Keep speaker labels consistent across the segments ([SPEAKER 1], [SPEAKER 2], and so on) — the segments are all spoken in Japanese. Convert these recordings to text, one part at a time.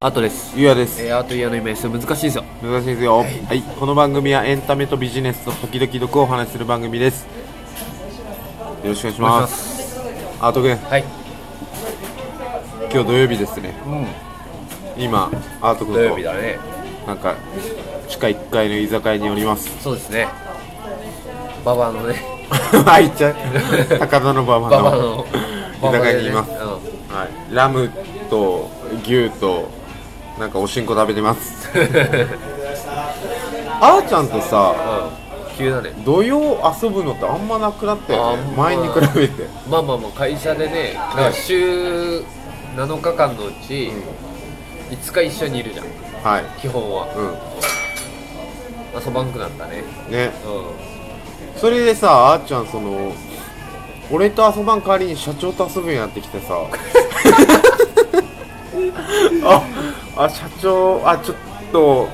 [SPEAKER 1] アートです。
[SPEAKER 2] ゆうやです、
[SPEAKER 1] えー、アートイヤーのイメージ難しいですよ。
[SPEAKER 2] 難しいですよ、はいこの番組はエンタメとビジネスと時々毒をお話しする番組ですよろしくお願いしますアート君
[SPEAKER 1] はい。
[SPEAKER 2] 今日土曜日ですね
[SPEAKER 1] うん。
[SPEAKER 2] 今アート君
[SPEAKER 1] 土曜日
[SPEAKER 2] と
[SPEAKER 1] だね。
[SPEAKER 2] なんか地下1階の居酒屋におります
[SPEAKER 1] そうですね。ババアのね、
[SPEAKER 2] あいっち ゃう高田の馬場
[SPEAKER 1] ババア
[SPEAKER 2] の
[SPEAKER 1] の
[SPEAKER 2] 居酒屋にいます、
[SPEAKER 1] ババアでね
[SPEAKER 2] はい、ラムと牛となんかおしんこ食べてます あーちゃんとさ
[SPEAKER 1] うん。急だね。
[SPEAKER 2] 土曜遊ぶのってあんまなくなったよ
[SPEAKER 1] あん
[SPEAKER 2] ね
[SPEAKER 1] ま
[SPEAKER 2] 前に比べて
[SPEAKER 1] まあまあまあ会社でね、なんか週7日間のうち5日一緒にいるじゃん。
[SPEAKER 2] はい
[SPEAKER 1] 基本は
[SPEAKER 2] う
[SPEAKER 1] 遊ばんくなったね。
[SPEAKER 2] んね
[SPEAKER 1] う
[SPEAKER 2] それでさあーちゃんその俺と遊ばん代わりに社長と遊ぶようになってきてさ ああ社長あちょっと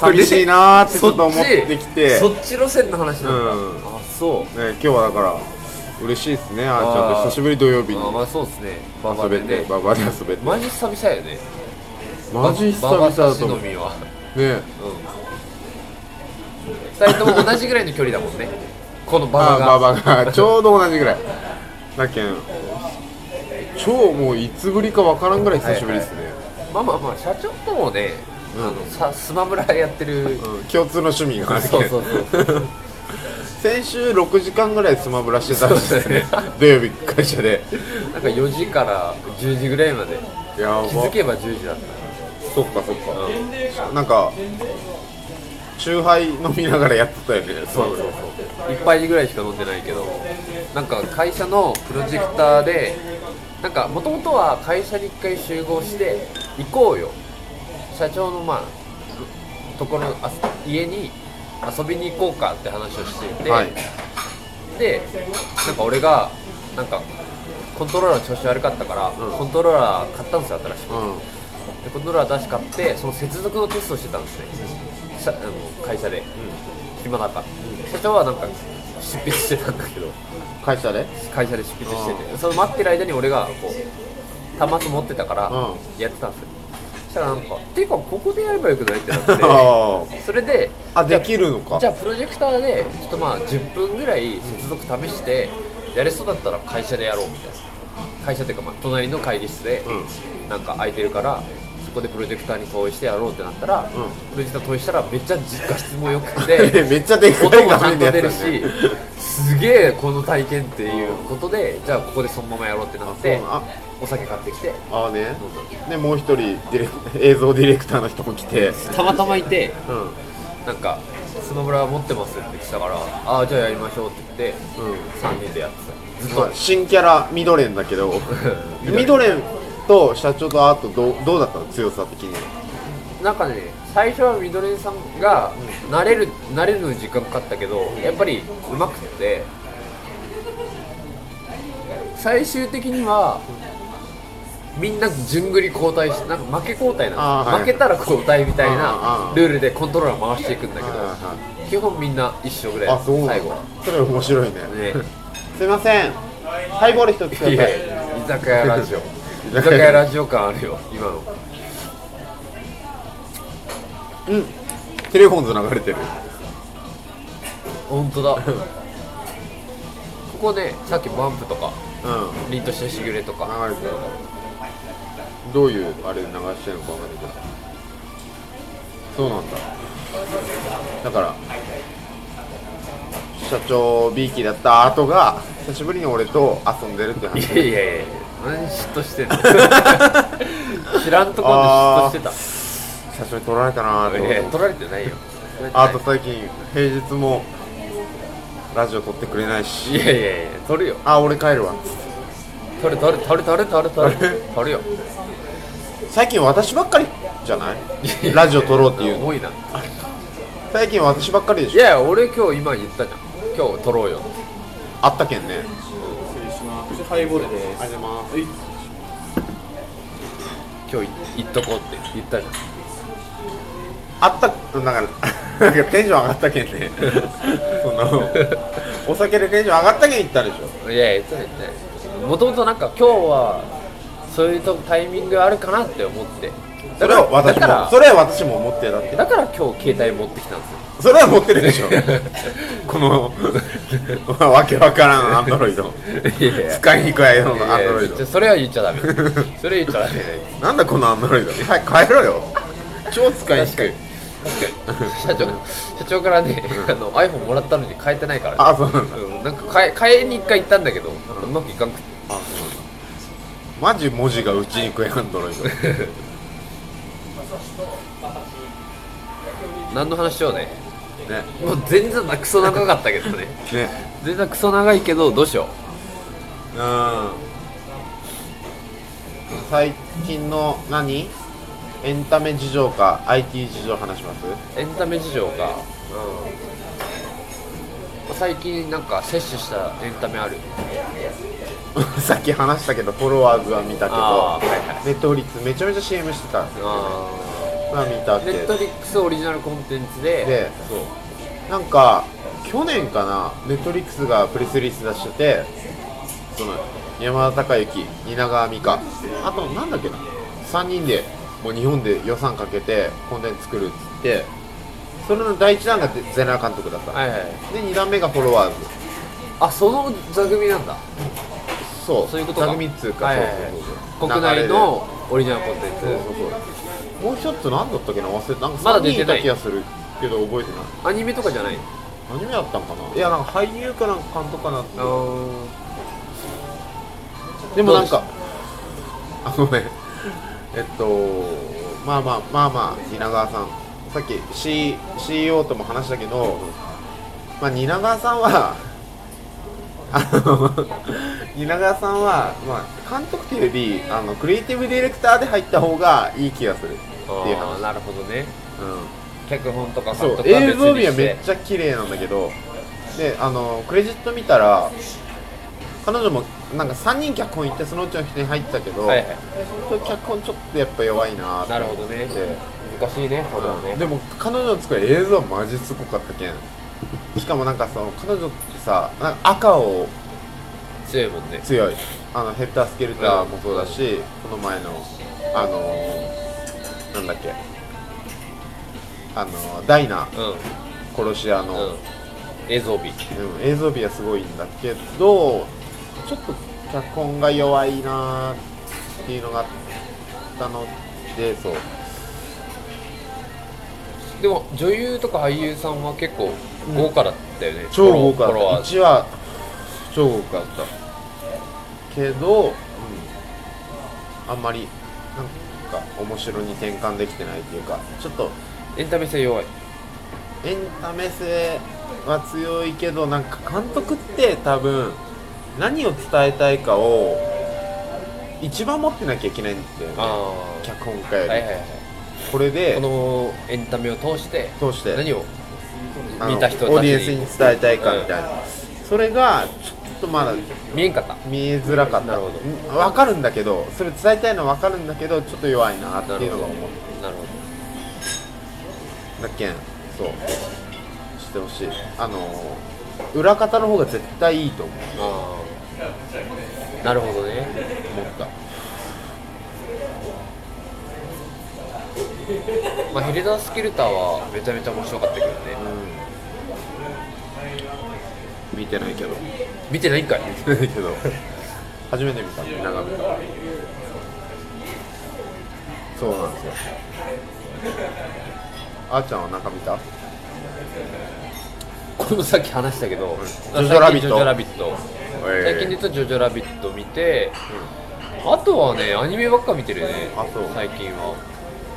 [SPEAKER 2] 寂しいなーってちょっと思ってきて、
[SPEAKER 1] そ
[SPEAKER 2] ね、
[SPEAKER 1] っち路線の話なんだ。
[SPEAKER 2] うん
[SPEAKER 1] あ、そう。
[SPEAKER 2] 今日はだから嬉しいですねあーちゃん
[SPEAKER 1] あー
[SPEAKER 2] と久しぶり土曜日に
[SPEAKER 1] あまあそうですね。ババア
[SPEAKER 2] 遊べ
[SPEAKER 1] で
[SPEAKER 2] て
[SPEAKER 1] ね。
[SPEAKER 2] ババで遊べて
[SPEAKER 1] マジ久々やね。
[SPEAKER 2] マジ久々
[SPEAKER 1] ババ
[SPEAKER 2] だ
[SPEAKER 1] ア
[SPEAKER 2] と
[SPEAKER 1] と
[SPEAKER 2] 思う
[SPEAKER 1] 飲みは。
[SPEAKER 2] ね
[SPEAKER 1] 2人とも同じぐらいの距離だもんねこのババ
[SPEAKER 2] あ
[SPEAKER 1] が
[SPEAKER 2] ババがちょうど同じぐらいだけん超もういつぶりかわからんぐらい久しぶりですね、
[SPEAKER 1] まあまあまあ社長ともね、
[SPEAKER 2] うん
[SPEAKER 1] あのさスマブラやってる、
[SPEAKER 2] うん共通の趣味があるけ
[SPEAKER 1] そ
[SPEAKER 2] ど
[SPEAKER 1] うそうそう
[SPEAKER 2] 先週6時間ぐらいスマブラしてたんですね
[SPEAKER 1] そう
[SPEAKER 2] 土曜日会社で
[SPEAKER 1] なんか4時から10時ぐらいまで
[SPEAKER 2] やば
[SPEAKER 1] 気づけば10時だっ
[SPEAKER 2] そっかそっか
[SPEAKER 1] た、、うん、
[SPEAKER 2] なんかチューハイ飲みながらやってたよね
[SPEAKER 1] そうそうそう1杯ぐらいしか飲んでないけどなんか会社のプロジェクターでなんかもともとは会社に1回集合して行こうよ社長のまあところあ家に遊びに行こうかって話をしていて、
[SPEAKER 2] はい
[SPEAKER 1] でなんか俺がなんかコントローラーの調子悪かったから、
[SPEAKER 2] うん
[SPEAKER 1] コントローラー買ったんですよ新しく
[SPEAKER 2] う
[SPEAKER 1] でコントローラー出し買ってその接続のテストをしてたんですねさあの会社で、暇だから、社長はなんか執筆してたんだけど
[SPEAKER 2] ん会社で
[SPEAKER 1] 会社で執筆しててその待ってる間に俺がこう端末持ってたから
[SPEAKER 2] う
[SPEAKER 1] やってたんですよそしたらなんか「ていうかここでやればよくない?」ってなっ
[SPEAKER 2] あ
[SPEAKER 1] て
[SPEAKER 2] ー
[SPEAKER 1] それで
[SPEAKER 2] あできるのか
[SPEAKER 1] じゃあプロジェクターでちょっとまあ10分ぐらい接続試してやれそうだったら会社でやろうみたいな会社っていうかまあ隣の会議室でなんか空いてるからそこでプロジェクターに投影してやろうってなったら、プロジェクター投影したらめっちゃ画質も良くて
[SPEAKER 2] めっちゃでかい
[SPEAKER 1] 音もちゃ
[SPEAKER 2] 画
[SPEAKER 1] ん
[SPEAKER 2] 面で
[SPEAKER 1] と
[SPEAKER 2] や
[SPEAKER 1] 出
[SPEAKER 2] ってた
[SPEAKER 1] る
[SPEAKER 2] ね
[SPEAKER 1] しすげえこの体験っていうことでじゃあここでそのままやろうってなっ
[SPEAKER 2] そう
[SPEAKER 1] て
[SPEAKER 2] なあ
[SPEAKER 1] お酒買ってきて
[SPEAKER 2] ああね
[SPEAKER 1] どうぞ
[SPEAKER 2] でもう一人ディレ映像ディレクターの人も来て
[SPEAKER 1] たまたまいて
[SPEAKER 2] うん
[SPEAKER 1] なんか「スマブラ持ってます」って来たから「ああじゃあやりましょう」って言って
[SPEAKER 2] うん
[SPEAKER 1] 3人でやってたずっ
[SPEAKER 2] まあ
[SPEAKER 1] と
[SPEAKER 2] 新キャラミドレンだけど ミドレンと社長とアートどうどうだったの強さ的に
[SPEAKER 1] なんかね最初はミドレンさんが慣れる慣れるのに時間かかったけどやっぱりうまくて最終的にはみんな順繰り交代してなんか負け交代な
[SPEAKER 2] あ
[SPEAKER 1] ん
[SPEAKER 2] ーはい
[SPEAKER 1] 負けたら交代みたい
[SPEAKER 2] あー
[SPEAKER 1] な
[SPEAKER 2] あー
[SPEAKER 1] ルールでコントローラー回していくんだ
[SPEAKER 2] はいは
[SPEAKER 1] けど基本みんな一緒ぐらい
[SPEAKER 2] あそうな
[SPEAKER 1] 最
[SPEAKER 2] ん
[SPEAKER 1] 後
[SPEAKER 2] だ
[SPEAKER 1] は
[SPEAKER 2] それ面白いね
[SPEAKER 1] ね
[SPEAKER 2] すいませんハイボール一つくださ
[SPEAKER 1] い
[SPEAKER 2] い
[SPEAKER 1] やいや居酒屋ラジオ
[SPEAKER 2] 居酒
[SPEAKER 1] 居
[SPEAKER 2] 屋
[SPEAKER 1] 酒屋ラジオ感あるよ今の
[SPEAKER 2] うんテレフォンズ流れてる
[SPEAKER 1] 本当だ ここねさっきバンプとか
[SPEAKER 2] うん
[SPEAKER 1] 凛としたしぐれとか
[SPEAKER 2] 流れてるどういうあれで流してるのかわかんないけどそうなんだだから社長 B 期だった後が久しぶりに俺と遊んでるって
[SPEAKER 1] い
[SPEAKER 2] 話
[SPEAKER 1] やいやいや何嫉妬してんの 知らんところで嫉妬して
[SPEAKER 2] 社長に取られたなー
[SPEAKER 1] た
[SPEAKER 2] と思
[SPEAKER 1] い
[SPEAKER 2] って
[SPEAKER 1] やいや取られてないよ
[SPEAKER 2] あと最近平日もラジオ撮ってくれない
[SPEAKER 1] い
[SPEAKER 2] し
[SPEAKER 1] やいやいや取るよ
[SPEAKER 2] あ俺帰るわ
[SPEAKER 1] 取る取る取る取る取る取る取るよ
[SPEAKER 2] 最近私ばっかりじゃないラジオ撮ろうっていう
[SPEAKER 1] 重いない
[SPEAKER 2] 最近私ばっかりでしょ
[SPEAKER 1] やいや俺今日今言ったじゃん今日取ろうよ
[SPEAKER 2] あったけんね
[SPEAKER 3] ハイボールです。
[SPEAKER 2] りがとうございます
[SPEAKER 1] 今日言っとこうって言ったじゃん
[SPEAKER 2] あったなんか なんかテンション上がったけ んねそのお酒でテンション上がったけん行ったでしょ
[SPEAKER 1] いやいや言ってないもともとなんか今日はそういうとタイミングあるかなって思って
[SPEAKER 2] そ
[SPEAKER 1] だ
[SPEAKER 2] れ
[SPEAKER 1] から
[SPEAKER 2] は私
[SPEAKER 1] だから
[SPEAKER 2] もそれは私も思ってだって
[SPEAKER 1] だから今日携帯持ってきたんですよ
[SPEAKER 2] それは持って るでしょこのわけわからんアンドロイド
[SPEAKER 1] いやいや
[SPEAKER 2] 使いにくいよう
[SPEAKER 1] い
[SPEAKER 2] なアンド
[SPEAKER 1] や
[SPEAKER 2] ロイ
[SPEAKER 1] いや
[SPEAKER 2] ド
[SPEAKER 1] それは言っちゃダ メそれ言っちゃダメ
[SPEAKER 2] なんだこのアンドロイドはい変えろよ超使いにくい
[SPEAKER 1] 社長社長からね、あの iPhone もらったのに変えてないから、ね、
[SPEAKER 2] あそうなんだ
[SPEAKER 1] うんなんか変え変えに一回行ったんだけどなんかうまくいかんくて
[SPEAKER 2] マジ文字が打ちにくいアンドロ イド
[SPEAKER 1] 何の話しようね
[SPEAKER 2] ね
[SPEAKER 1] もう全然なクソ長かったけどね
[SPEAKER 2] ね
[SPEAKER 1] 全然クソ長いけどどうしよ
[SPEAKER 2] うん最近の何エンタメ事情か IT 事情話します
[SPEAKER 1] うエンタメ事情か、うん、最近なんか摂取したエンタメある
[SPEAKER 2] さっき話したけどフォロワーズは見たけ
[SPEAKER 1] あ
[SPEAKER 2] ど
[SPEAKER 1] ーはいはい
[SPEAKER 2] ネットフリックスめちゃめちゃ CM してた
[SPEAKER 1] あ
[SPEAKER 2] まあ見た
[SPEAKER 1] ーネ
[SPEAKER 2] け
[SPEAKER 1] ッ
[SPEAKER 2] ど
[SPEAKER 1] トリックスオリジナルコンテンツで
[SPEAKER 2] で
[SPEAKER 1] そう
[SPEAKER 2] なんか去年かなネットフリックスがプレスリリース出しててその山田孝之蜷川美香あとなんだっけな3人でもう日本で予算かけてコンテンツ作るっつってそれの第1弾がゼゼナー監督だった、
[SPEAKER 1] はいはい
[SPEAKER 2] で2段目がフォロワーズ
[SPEAKER 1] あその座組なんだ
[SPEAKER 2] そう
[SPEAKER 1] そういうことか
[SPEAKER 2] 座組っつうか、
[SPEAKER 1] はいはい
[SPEAKER 2] そうそうそう
[SPEAKER 1] 国内のオリジナルコンテンツ
[SPEAKER 2] 流れでそうそうそうもうちょっと何だったっけな忘れなんか
[SPEAKER 1] まだ
[SPEAKER 2] 3
[SPEAKER 1] 出
[SPEAKER 2] 人
[SPEAKER 1] て
[SPEAKER 2] い
[SPEAKER 1] な
[SPEAKER 2] た
[SPEAKER 1] い
[SPEAKER 2] 気がするけど覚えてな
[SPEAKER 1] ア
[SPEAKER 2] い
[SPEAKER 1] ニメとかじゃない
[SPEAKER 2] 何目だったんかないやなんか俳優かなんか監督かなってでもなんか あのねえっとまあまあまあまあ蜷川さんさっき、C、CEO とも話したけど、まあ、蜷川さんは あの蜷川さんは、まあ、監督というよりあのクリエイティブディレクターで入った方がいい気がするっていう
[SPEAKER 1] あー
[SPEAKER 2] 話、
[SPEAKER 1] なるほどね
[SPEAKER 2] うん、
[SPEAKER 1] 脚本とか監
[SPEAKER 2] そう
[SPEAKER 1] 督は
[SPEAKER 2] 映
[SPEAKER 1] 別
[SPEAKER 2] 像
[SPEAKER 1] に
[SPEAKER 2] 美は
[SPEAKER 1] し
[SPEAKER 2] め
[SPEAKER 1] て
[SPEAKER 2] っちゃ綺麗なんだけどであのクレジット見たら彼女もなんか3人脚本行ってそのうちの人に入ってたけど、
[SPEAKER 1] はいはい
[SPEAKER 2] 脚本ちょっとやっぱ弱いな
[SPEAKER 1] なるほどね難しいねこれはね
[SPEAKER 2] でも彼女の作る映像はマジすごかったけんしかもなんかその彼女ってさなんか赤を
[SPEAKER 1] 強いもんね
[SPEAKER 2] 強いあのヘッダースケルターもそうだし、この前のあのなんだっけあのダイナ
[SPEAKER 1] うん
[SPEAKER 2] 殺し屋の、
[SPEAKER 1] うん映像美
[SPEAKER 2] でも映像美はすごいんだけどちょっと脚本が弱いなっていうのがあったのでそう
[SPEAKER 1] でも女優とか俳優さんは結構豪華だったよね
[SPEAKER 2] 超豪華
[SPEAKER 1] フォロ
[SPEAKER 2] だった
[SPEAKER 1] ワー
[SPEAKER 2] うちは超豪華だったけど、うん、あんまりなんか面白に転換できてないというかちょっと
[SPEAKER 1] エンタメ性弱い
[SPEAKER 2] エンタメ性は強いけどなんか監督って多分何を伝えたいかを一番持ってなきゃいけないんだよね
[SPEAKER 1] あ
[SPEAKER 2] 脚本家よ
[SPEAKER 1] あ
[SPEAKER 2] り、
[SPEAKER 1] はいはいはい
[SPEAKER 2] これで
[SPEAKER 1] このエンタメを通して
[SPEAKER 2] 通して
[SPEAKER 1] 何を
[SPEAKER 2] あの
[SPEAKER 1] 見た人たち
[SPEAKER 2] オーディエンスに伝えたいかみたいな、それがちょっとまだ
[SPEAKER 1] 見えんかった
[SPEAKER 2] 見えづらかった
[SPEAKER 1] なるほど
[SPEAKER 2] うんわかるんだけどそれ伝えたいのは分かるんだけどちょっと弱いなっていうのが思っ
[SPEAKER 1] なるほど
[SPEAKER 2] ただっけんそうしてほしいあのー裏方の方が絶対いいと思う
[SPEAKER 1] ああなるほどね
[SPEAKER 2] 思った
[SPEAKER 1] まあヘレダースキルターはめちゃめちゃ面白かったけどね
[SPEAKER 2] うん見てないけど
[SPEAKER 1] 見てないんかい
[SPEAKER 2] 見てないけど初めて見た長めたそうなんですよあーちゃんは中見た
[SPEAKER 1] このさっき話したけど
[SPEAKER 2] ん
[SPEAKER 1] 「
[SPEAKER 2] ジョジョラビット
[SPEAKER 1] ジョジョラビット」
[SPEAKER 2] ええ
[SPEAKER 1] 最近で言うと「ジョジョラビット」見て、あとはねアニメばっか見てるね
[SPEAKER 2] あそう
[SPEAKER 1] 最近は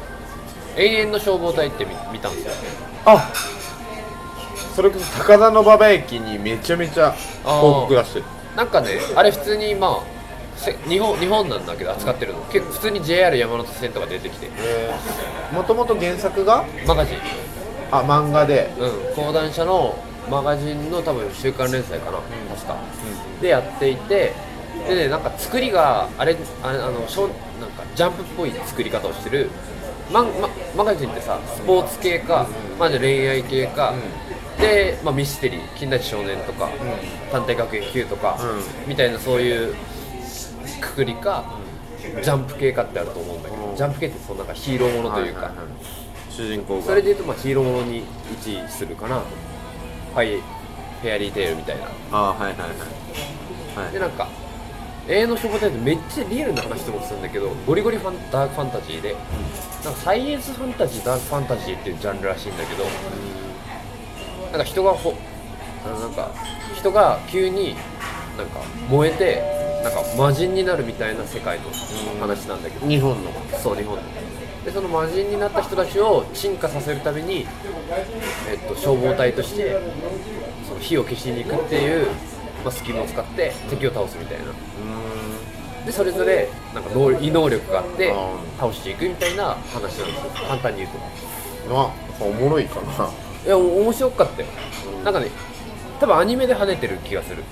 [SPEAKER 1] 「永遠の消防隊」って見見たんですよね
[SPEAKER 2] あそれこそ高田馬場駅にめちゃめちゃ広告出してる
[SPEAKER 1] なんかねあれ普通にまあせ日本日本なんだけど扱ってるの結構普通に JR 山手線とか出てきて
[SPEAKER 2] えーもともと原作が
[SPEAKER 1] マガジン
[SPEAKER 2] あ漫画で
[SPEAKER 1] うん講談社のマガジンの多分週刊連載かな、確か、でやっていてでねなんか作りがあれああのショーなんかジャンプっぽい作り方をしてるマンママガジンってさスポーツ系か、まあ、じゃあ恋愛系か、で、まあ、ミステリー「近代少年」とか、探偵学園 Q」とか、みたいなそういうくくりか、ジャンプ系かってあると思うんだけど、
[SPEAKER 2] うん
[SPEAKER 1] ジャンプ系ってそのなんかヒーローものというか、
[SPEAKER 2] ははは主人公が
[SPEAKER 1] それでいうとまあヒーローものに位置するかなとはいフェアリーテールみたいな
[SPEAKER 2] ああはいはいはい
[SPEAKER 1] で
[SPEAKER 2] はい
[SPEAKER 1] なんか永遠の消防隊ってめっちゃリアルな話と思ってたんだけどゴリゴリファンダークファンタジーでなんかサイエンスファンタジーダークファンタジーっていうジャンルらしいんだけどなんか人がほあのなんか人が急になんか燃えてなんか魔人になるみたいな世界の話なんだけど
[SPEAKER 2] 日本の
[SPEAKER 1] そう日本ででその魔人になった人たちを鎮火させるために、えっと、消防隊としてその火を消しに行くっていう、まあ、スキルを使って敵を倒すみたいなでそれぞれなんか能力異能力があって
[SPEAKER 2] あー
[SPEAKER 1] 倒していくみたいな話なんですよ簡単に言うと
[SPEAKER 2] まあおもろいかない
[SPEAKER 1] やお面白かったよなんかね多分アニメで跳ねてる気がする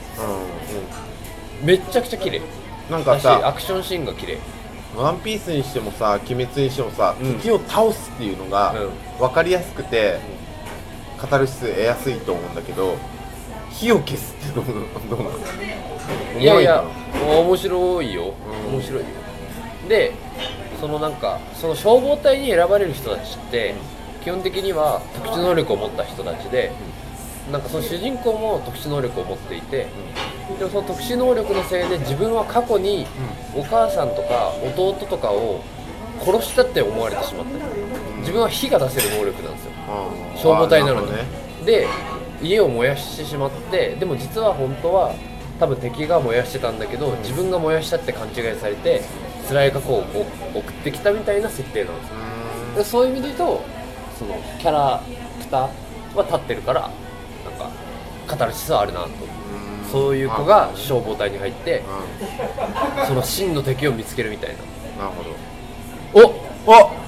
[SPEAKER 2] う
[SPEAKER 1] めっちゃくちゃ綺麗
[SPEAKER 2] んなんか
[SPEAKER 1] だしア
[SPEAKER 2] さ
[SPEAKER 1] クションシーンが綺麗
[SPEAKER 2] 「ワンピースにしてもさ「鬼滅」にしてもさ、
[SPEAKER 1] うん
[SPEAKER 2] 敵を倒すっていうのが
[SPEAKER 1] うん
[SPEAKER 2] 分かりやすくて、語る質得やすいと思うんだけど火を消すってどうどうなの
[SPEAKER 1] いやいや
[SPEAKER 2] おもろ
[SPEAKER 1] 面白いよ
[SPEAKER 2] うん
[SPEAKER 1] 面白いよでそのなんかその消防隊に選ばれる人たちって基本的には特殊能力を持った人たちでなんかその主人公も特殊能力を持っていてでもその特殊能力のせいで自分は過去にお母さんとか弟とかを殺したって思われてしまった自分は火が出せる能力なんですよ
[SPEAKER 2] いな
[SPEAKER 1] 消防隊なの
[SPEAKER 2] あー
[SPEAKER 1] に、
[SPEAKER 2] るほどね
[SPEAKER 1] で家を燃やしてしまってでも実は本当は多分敵が燃やしてたんだけど自分が燃やしたって勘違いされて辛い過去をこう送ってきたみたいな設定なんですよでそういう意味で言うとそのキャラクターは立ってるからなんかカタルシスはあるなと
[SPEAKER 2] うーん
[SPEAKER 1] そういう子が消防隊に入って
[SPEAKER 2] あ
[SPEAKER 1] その真の敵を見つけるみたいな
[SPEAKER 2] ーなるほどうんなるほど
[SPEAKER 1] お
[SPEAKER 2] お